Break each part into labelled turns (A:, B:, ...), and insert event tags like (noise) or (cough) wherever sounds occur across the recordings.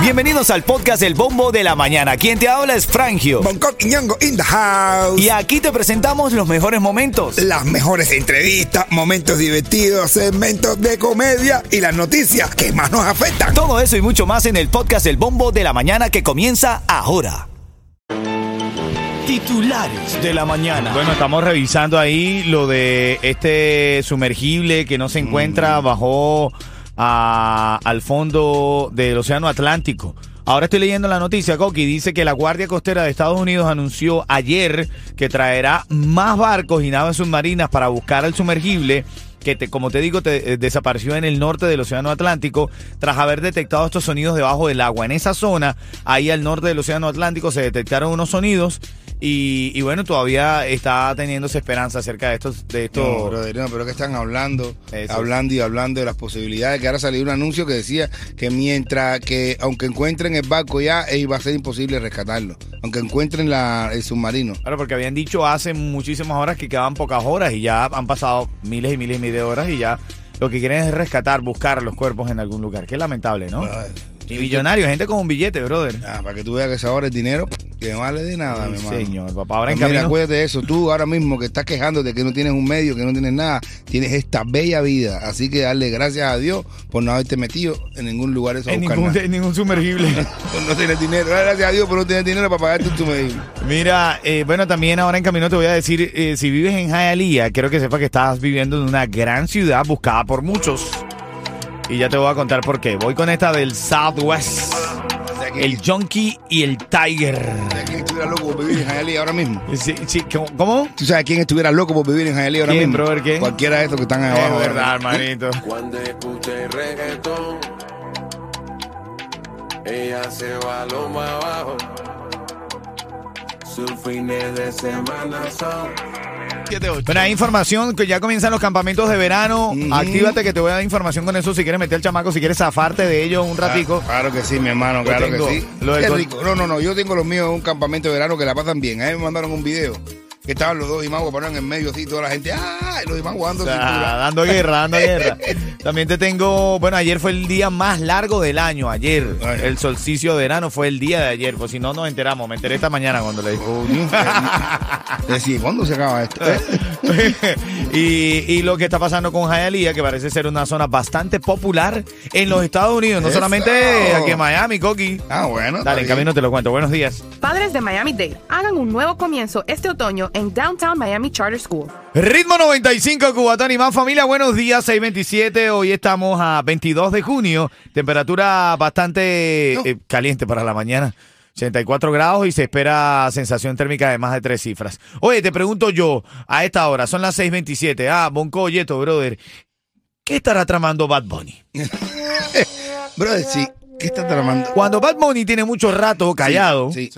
A: Bienvenidos al podcast El Bombo de la Mañana. Quien te habla es Frangio.
B: Bangkok y Ñongo in the house.
A: Y aquí te presentamos los mejores momentos.
B: Las mejores entrevistas, momentos divertidos, segmentos de comedia y las noticias que más nos afectan.
A: Todo eso y mucho más en el podcast El Bombo de la Mañana que comienza ahora. Titulares de la mañana.
C: Bueno, estamos revisando ahí lo de este sumergible que no se
A: Mm.
C: encuentra bajo a- al fondo del Océano Atlántico. Ahora estoy leyendo la noticia, Coqui. Dice que la Guardia Costera de Estados Unidos anunció ayer que traerá más barcos y naves submarinas para buscar al sumergible que, te- como te digo, te- eh, desapareció en el norte del Océano Atlántico tras haber detectado estos sonidos debajo del agua. En esa zona, ahí al norte del Océano Atlántico, se detectaron unos sonidos y, y bueno, todavía está teniéndose esperanza acerca de estos... De estos
D: No, brother, no, pero que están hablando,
C: Eso.
D: hablando y hablando de las posibilidades. Que ahora salió un anuncio que decía que mientras que, aunque encuentren el barco ya, eh, iba a ser imposible rescatarlo. Aunque encuentren la, el submarino.
C: Claro, porque habían dicho hace muchísimas horas que quedaban pocas horas y ya han pasado miles y miles y miles de horas y ya lo que quieren es rescatar, buscar los cuerpos en algún lugar. Qué lamentable, ¿no?
D: eh,
C: Y millonario, gente con un billete, brother.
D: Ah, para que tú veas que esa hora el dinero que no vale de nada,
C: Ay,
D: Ah, mi hermano. Ah,
C: señor, papá, ahora en
D: Mira,
C: camino.
D: acuérdate de eso. Tú ahora mismo que estás quejándote que no tienes un medio, que no tienes nada, tienes esta bella vida. Así que darle gracias a Dios por no haberte metido en ningún lugar eso a
C: En
D: buscar
C: ningún, (laughs)
D: nada.
C: en ningún sumergible.
D: (laughs)
C: (laughs)
D: No tienes dinero. Dale Gracias a Dios por no tienes dinero para pagarte tu medio.
C: Mira, eh, bueno, también ahora en camino te voy a decir, eh, si vives en Hialeah, quiero que sepas que estás viviendo en una gran ciudad buscada por muchos. Y ya te voy a contar por qué. Voy con esta del Southwest. El Junkie y el Tiger.
D: ¿Sabes quién estuviera loco por vivir en Hialeah ahora mismo?
C: Sí, sí, ¿cómo- ¿Cómo?
D: ¿Tú sabes quién estuviera loco por vivir en Hialeah ahora
C: ¿Quién,
D: mismo?
C: brother, quién?
D: Cualquiera de estos que están ahí abajo. ahora mismo.
C: hermanito.
E: Cuando escuché reggaetón, ella se va a lo más abajo. Sus fines de semana son.
C: Bueno, hay información que ya comienzan los campamentos de verano. Actívate que te voy a dar información con eso si quieres meter al chamaco, si quieres zafarte de ello un ratico.
D: Claro que sí, mi hermano,
C: Yo
D: claro
C: tengo
D: que sí.
C: lo del
D: Qué
C: con-
D: rico. No, no, no, yo tengo los míos en un campamento de verano que la pasan bien. A mí me mandaron un video que estaban los dos imaguas pararon en medio así, toda la gente, ¡ay! Los
C: (laughs)
D: imaguas dando
C: O sea,
D: cintura.
C: Ah, dando guerra, dando guerra. También te tengo, bueno, ayer fue el día más largo del año, ayer.
D: Ay.
C: El solsticio de verano fue el día de ayer, pues si no nos enteramos, me enteré esta mañana cuando le dije.
D: Coño, eh, Decía, (laughs) ¿cuándo se acaba esto? Eh,
C: y, (laughs) y lo que está pasando con Hialeah, que parece ser una zona bastante popular en los Estados Unidos, no
D: Eso.
C: solamente aquí en Miami, Coqui.
D: (laughs) Ah, bueno. está
C: Dale, en
D: bien.
C: camino te lo cuento. Buenos días.
F: Padres de Miami-Dade hagan un nuevo comienzo este otoño en Downtown Miami Charter School.
C: Ritmo 95, Cubatón y más familia. Buenos días, 627. Hoy estamos a 22 de junio. Temperatura bastante
D: No.
C: eh, caliente para la mañana. 84 grados y se espera sensación térmica de más de tres cifras. Oye, te pregunto yo, a esta hora, son las 6.27. Ah, Bonco Yeto, brother. ¿Qué estará tramando Bad Bunny?
D: Brother, sí, ¿qué está tramando?
C: Cuando Bad Bunny tiene mucho rato callado,
D: Sí.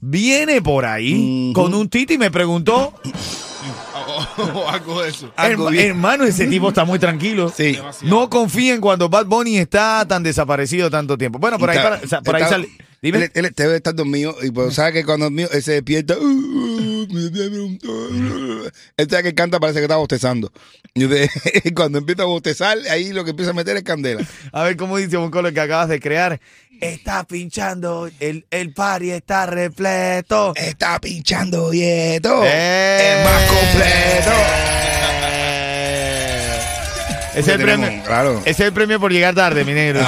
C: viene por ahí
D: Ujú.
C: con un titi y me preguntó,
D: Algo
C: "Herma-
D: bien.
C: hermano, ese tipo está muy tranquilo.
D: Sí.
C: No confíen cuando Bad Bunny está tan desaparecido tanto tiempo. Bueno, Ah, por ahí,
D: Está-
C: para- o sea, por ahí
D: está-
C: sale. Dime.
D: Él, él debe estar dormido y pues sabe que cuando dormido él se despierta. "Uh, uh, me dieron todo". Él sabe que canta, parece que está bostezando. Y de- (laughs) cuando empieza a bostezar, ahí lo que empieza a meter es candela.
C: A ver cómo dice Bonco lo que acabas de crear. Está pinchando, el, el party está repleto.
D: Está pinchando quieto.
C: Eh.
D: Es más completo.
C: (laughs) Eh. Es el,
D: Porque
C: premio,
D: tenemos, claro. Ah.
C: es el premio por llegar tarde, mi negro.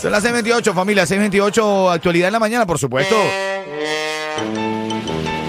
C: Son las 6.28, familia. 6.28, actualidad en la mañana, por supuesto.
D: Eh.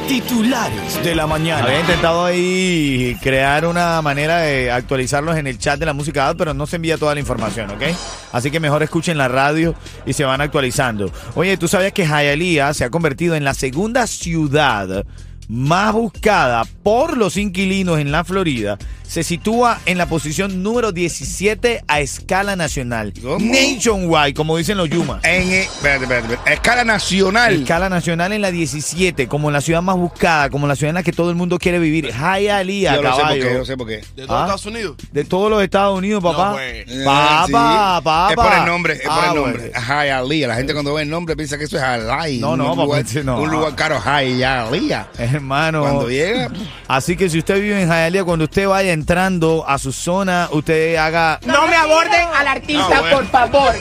A: Titulares de la mañana.
C: Había intentado ahí crear una manera de actualizarlos en el chat de la música, app, pero no se envía toda la información, ¿ok? Así que mejor escuchen la radio y se van actualizando. Oye, ¿tú sabías que Hialeah se ha convertido en la segunda ciudad más buscada por los inquilinos en la Florida? Se sitúa en la posición número 17 a escala nacional.
D: ¿Cómo?
C: Nationwide, como dicen los Yuma.
D: En, eh, espérate, espérate, espérate. A escala nacional.
C: Escala nacional en la 17, como la ciudad más buscada, como la ciudad en la que todo el mundo quiere vivir. Hialeah,
D: yo lo sé por
C: caballo.
D: qué, yo sé por qué.
G: ¿De todos
C: ¿Ah?
G: Estados Unidos?
C: De todos los Estados Unidos, papá.
G: pues.
D: Eh,
C: Papá,
D: sí.
C: papá.
D: Es por el nombre, es por
C: Ah,
D: el nombre.
C: bueno.
D: Hialeah. La gente cuando ve el nombre piensa que eso es Halai.
C: No, no,
D: un
C: papá,
D: lugar,
C: sí, no.
D: Un lugar caro, Hialeah.
C: Es hermano.
D: Cuando llega.
C: Así que si usted vive en Hialeah, cuando usted vaya entrando a su zona, usted haga...
G: No me aborden al artista, por favor.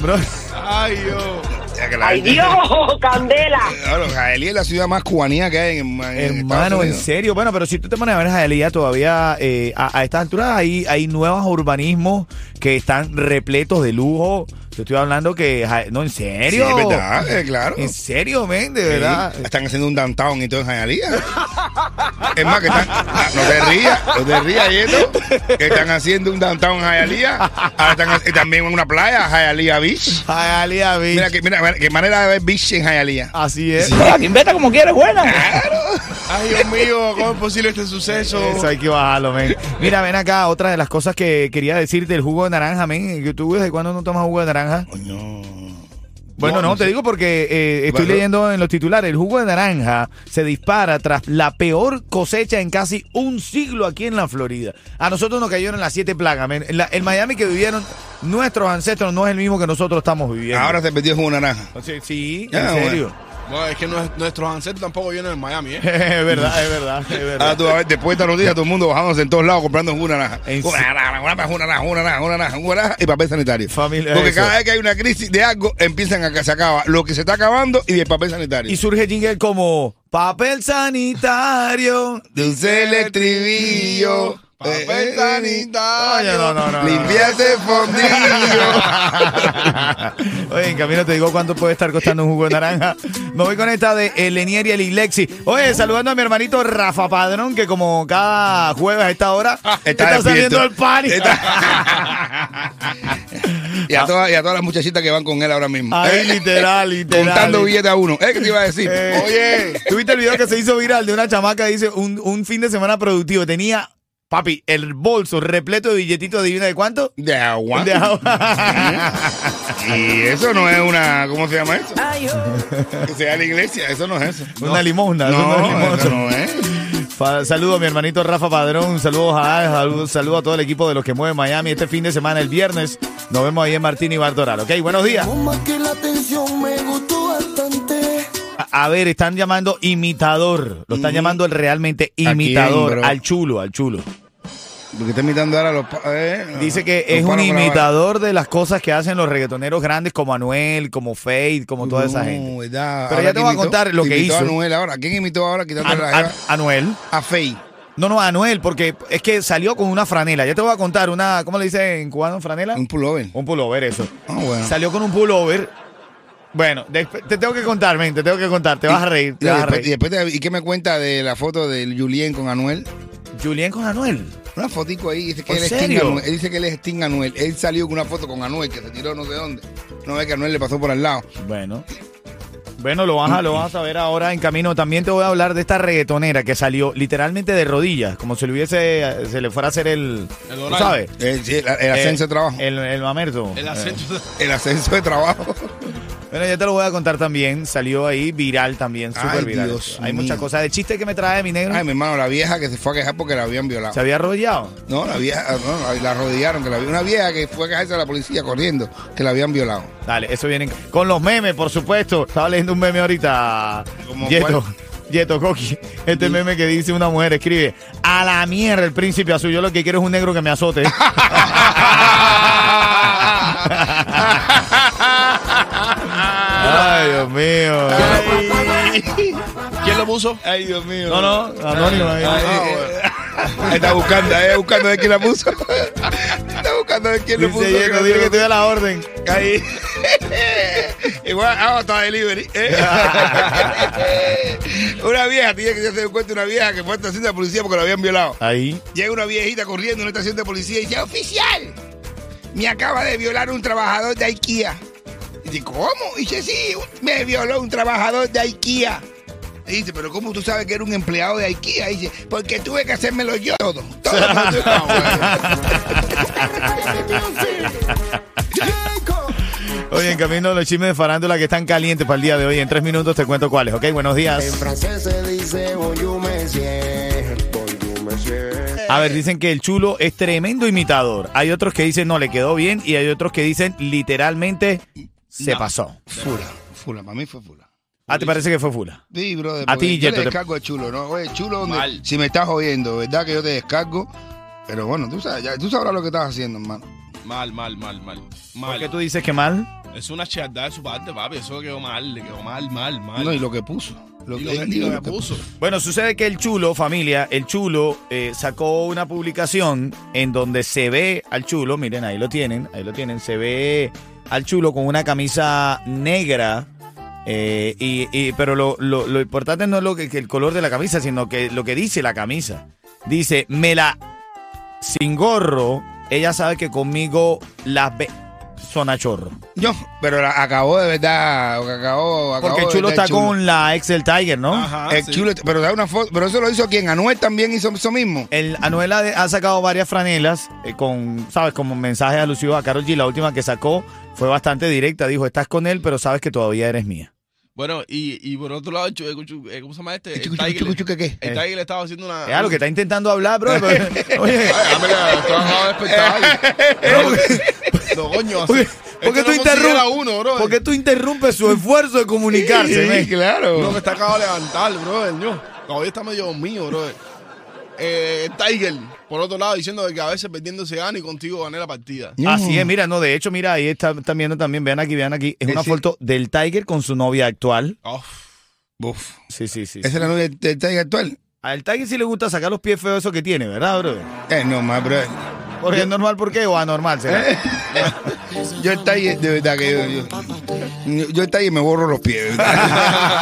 C: Bro,
D: Ay, Dios. Ya que la
G: ¡Ay,
D: gente- Eh,
G: Dios, Candela!
D: Claro, Jaelí es la ciudad más cubanía que hay en, en Estados
C: hermano, en
D: Unidos.
C: serio. Bueno, pero si tú te pones a ver Hialeah todavía, eh, a, a estas alturas hay, hay nuevos urbanismos que están repletos de lujo. Te estoy hablando que... Ja- No, en
D: Sí,
C: serio.
D: es verdad, eh, claro.
C: En serio, men, de
D: Sí,
C: verdad.
D: Están haciendo un downtown y todo en Jayalía. Es más, que están. ah, No te rías, no te rías, Yeto. Que están haciendo un downtown en Jayalía. Ahora están ha- y también en una playa, Jayalía Beach.
C: Hialeah, bitch.
D: Mira, que, mira qué manera de ver beach en ah. Jayalía.
C: Así es.
G: La quimbeta como quieres, buena.
H: Ay, Dios mío, ¿cómo es posible este suceso?
C: Eso hay que bajarlo, men. Mira, ven acá, otra de las cosas que quería decirte, el jugo de naranja, men. que ¿Tú desde cuándo no tomas jugo de naranja? Bueno, no, te digo porque eh, estoy
D: Bueno.
C: leyendo en los titulares, el jugo de naranja se dispara tras la peor cosecha en casi un siglo aquí en la Florida. A nosotros nos cayeron las siete plagas, men. La- el Miami que vivieron nuestros ancestros no es el mismo que nosotros estamos viviendo.
D: Ahora se perdió con una naranja.
C: O sea, sí,
D: Ah,
C: en
D: bueno.
C: serio.
H: Bueno, es que nues- nuestros ancestros tampoco vienen de Miami, ¿eh?
C: (laughs)
H: Ah,
C: es verdad, es verdad, es verdad.
H: (laughs)
D: Ahora Ah, tú vas a ver, después de esta noticia, todo el mundo bajándose en todos lados comprando una naranja.
C: En
D: Una
C: sí.
D: naranja, una naranja, una naranja, una naranja, una naranja, una naranja y papel sanitario.
C: Familia,
D: Porque
C: eso.
D: cada vez que hay una crisis de algo, empiezan a que se acaba lo que se está acabando y el papel sanitario.
C: Y surge jingle como papel sanitario.
D: Dulce el estribillo.
H: Papel
D: eh,
H: sanitario.
C: Oye, no, no, no, no.
D: Limpia ese fondillo.
C: Oye, en camino te digo cuánto puede estar costando un jugo de naranja. Me voy con esta de Elenier y el Ilexi. Oye, saludando a mi hermanito Rafa Padrón, que como cada jueves a esta hora está,
D: Ah, despierto.
C: saliendo al party.
D: Está- y, a todas, y a todas las muchachitas que van con él ahora mismo.
C: (laughs) Ahí,
D: Eh,
C: literal, literal.
D: contando billetes a uno. Es que te iba a decir.
C: Eh,
D: Oye.
C: ¿Tuviste el video que se hizo viral de una chamaca? Dice, un, un fin de semana productivo. Tenía, papi, el bolso repleto de billetitos, ¿adivina de cuánto?
D: De agua.
C: De
D: (laughs) Y eso no es una. ¿Cómo se llama eso? Que sea la iglesia. Eso no es eso.
C: Una limosna. eso no es
D: No,
C: limosna.
D: eso no es.
C: Fa- Saludos a mi hermanito Rafa Padrón, saludos a Al, saludos, saludos a todo el equipo de los que mueven Miami este fin de semana, el viernes. Nos vemos ahí en Martín y Bardoral, ¿ok? Buenos días. A, a ver, están llamando imitador, lo están llamando el realmente
D: quién,
C: imitador,
D: bro?
C: al chulo, al chulo.
D: Porque está imitando ahora a los. pa- eh,
C: Dice
D: los
C: que es un
D: palos con la vara.
C: imitador de las cosas que hacen los reggaetoneros grandes como Anuel, como Fade, como toda esa
D: No,
C: gente.
D: ¿verdad?
C: Pero
D: Ahora,
C: ya te voy a
D: ¿quién imitó?
C: contar lo que
D: Imitó
C: hizo. Ah,
D: A Anuel ahora. ¿Quién imitó ahora quitando
C: An-
D: la
C: An- Anuel.
D: a Fey?
C: No, no, Anuel, porque es que salió con una franela. Ya te voy a contar una, ¿cómo le dicen en cubano franela?
D: Un pullover.
C: Un pullover, eso.
D: Ah, bueno.
C: Salió con un pullover. Bueno, desp- te tengo que contar, men, te tengo que contar. Te vas a reír,
D: Y
C: te vas a
D: después- y
C: reír.
D: después te- ¿y qué me cuenta de la foto de Julien con Anuel?
C: Julien con Anuel.
D: Una fotico ahí, dice que
C: ¿En
D: él es Sting
C: serio?
D: Anuel. Él dice que él es Sting Anuel. Él salió con una foto con Anuel que se tiró no sé dónde. No ve que Anuel le pasó por al lado.
C: Bueno. Bueno, lo vas, a, lo vas a ver ahora en camino. También te voy a hablar de esta reggaetonera que salió literalmente de rodillas, como si le hubiese, se le fuera a hacer el,
H: El
C: ¿tú
H: horario.
C: ¿sabes?
D: El, sí, el- el ascenso
C: Eh,
D: de trabajo. El,
C: El, el mamerto. Eh.
H: El acento de-
D: ascenso de trabajo.
C: Bueno, ya te lo voy a contar también. Salió ahí viral también,
D: Ay,
C: súper viral.
D: Dios
C: Hay
D: mío.
C: muchas cosas de chiste que me trae mi negro.
D: Ay, mi hermano, la vieja que se fue a quejar porque la habían violado.
C: Se había arrollado.
D: No, la vieja, ah, no, la, la rodearon. Que la, una vieja que fue a quejarse a la policía corriendo que la habían violado.
C: Dale, eso viene en- con los memes, por supuesto. Estaba leyendo un meme ahorita.
D: ¿Cómo
C: Yeto,
D: cuál?
C: (laughs) Yeto Coqui. Este meme que dice una mujer, escribe, a la mierda el príncipe azul. Yo lo que quiero es un negro que me azote. Ay, Dios mío.
H: ¿Quién lo puso?
D: Ay, Dios mío.
C: No, Ah, no, anónimo.
D: eh,
C: ahí.
D: Ahí está buscando, ahí está buscando de quién la puso. está buscando de quién lo puso.
C: Dice Yeto,
D: eh,
C: dile que estoy a la orden.
D: Ahí. (laughs) Igual, ah, está delivery.
C: (laughs)
D: ¿eh? una vieja, tiene que se dio cuenta una vieja que fue a la estación de policía porque la habían violado.
C: Ahí.
D: Llega una viejita corriendo en la estación de policía y dice, oficial, me acaba de violar un trabajador de IKEA. Y dice, ¿cómo? Y dice, sí, me violó un trabajador de IKEA. Y dice, pero ¿cómo tú sabes que era un empleado de IKEA? Y dice, porque tuve que hacérmelo yo todo. todo, todo, todo".
C: Oye, en camino los chismes de farándula que están calientes para el día de hoy. En tres minutos te cuento cuáles, ¿ok? Buenos días.
I: francés se dice bonjour monsieur, bonjour monsieur.
C: A ver, dicen que el chulo es tremendo imitador. Hay otros que dicen no le quedó bien y hay otros que dicen literalmente se pasó.
D: Fula, fula, para mí fue fula.
C: Ah, ¿te parece que fue Fula?
D: Sí, brother.
C: A
D: porque
C: ti,
D: yo
C: Yeto,
D: te
C: te-
D: descargo a Chulo, ¿no? Oye, Chulo, ¿dónde-
H: Mal.
D: si me estás oyendo, ¿verdad que yo te descargo? Pero bueno, tú, sabes, ya- tú sabrás lo que estás haciendo, hermano.
H: Mal, mal, mal, mal.
C: ¿Por qué
H: Mal.
C: tú dices que mal?
H: Es una chardada de su parte, papi. Eso quedó mal, le quedó mal, mal, mal.
D: No, y lo que puso. Lo
H: Y
D: que él
H: y
D: dijo,
H: lo
D: lo que
H: puso.
C: Bueno, sucede que el chulo, familia, el chulo eh, sacó una publicación en donde se ve al chulo, miren, ahí lo tienen, ahí lo tienen, se ve al chulo con una camisa negra. eh, y, y- pero lo, lo- lo importante no es lo que, que el color de la camisa, sino que lo que dice la camisa. Dice, me la sin gorro, ella sabe que conmigo las ve zona chorro.
D: Yo, pero la- acabó de verdad, acabó, acabó
C: Porque el
D: de
C: chulo
D: verdad
C: está con la ex del Tiger, ¿no?
H: Ajá,
D: Ah, el
H: Ah, sí.
D: chulo, pero da una foto, pero eso lo hizo quien Anuel también hizo eso mismo.
C: El Anuel ha, ha sacado varias franelas eh, con, ¿sabes? Como mensajes alusivos a Carol G. La última que sacó fue bastante directa. Dijo, estás con él, pero sabes que todavía eres mía.
H: Bueno, y, y por otro lado, el chu- el chu- eh, ¿cómo se llama este? El
D: Chucu, chucu,
H: Tiger Eh,
D: chucu,
H: le-
D: chucu, eh. ¿qué?
H: el Tiger le estaba haciendo una. Ah,
C: Es algo que está intentando hablar, bro. pero- (laughs)
H: (laughs)
C: oye,
H: Ay, Dame la
D: (laughs)
H: trabajada
D: Eh.
H: despertada. No, coño, así.
C: oye, ¿por qué
H: Este
C: tú
H: no considera
C: interrumpes?
H: uno, bro.
C: ¿Por qué tú interrumpes su esfuerzo de comunicarse?
D: Sí,
C: men?
D: claro.
H: Uno que está acabado de levantar, bro. Yo. Todavía está medio mío, bro. Eh, Tiger, por otro lado, diciendo que a veces perdiéndose gana y contigo gané la partida.
C: Así es, mira, no, de hecho, mira, ahí está, están viendo también, vean aquí, vean aquí, es una
D: Ese-
C: foto del Tiger con su novia actual.
H: Uf.
D: Uf.
C: Sí, sí, sí.
D: Esa es la novia del del Tiger actual.
C: Al Tiger sí le gusta sacar los pies feos esos que tiene, ¿verdad, bro?
D: Eh, no más, bro.
C: Porque es normal, ¿por qué? O anormal, será.
D: Yo el Tiger, de verdad que yo, yo, yo el Tiger me borro los pies. de verdad.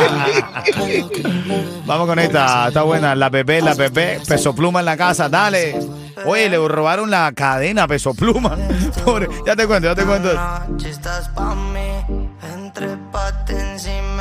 H: (laughs)
C: Vamos con esta, está buena. La bebé, la bebé, peso pluma en la casa, dale. Oye, le robaron la cadena, a peso pluma. (laughs) Pobre, ya te cuento, ya te cuento.
J: noche estás pa' mí, entre pata encima.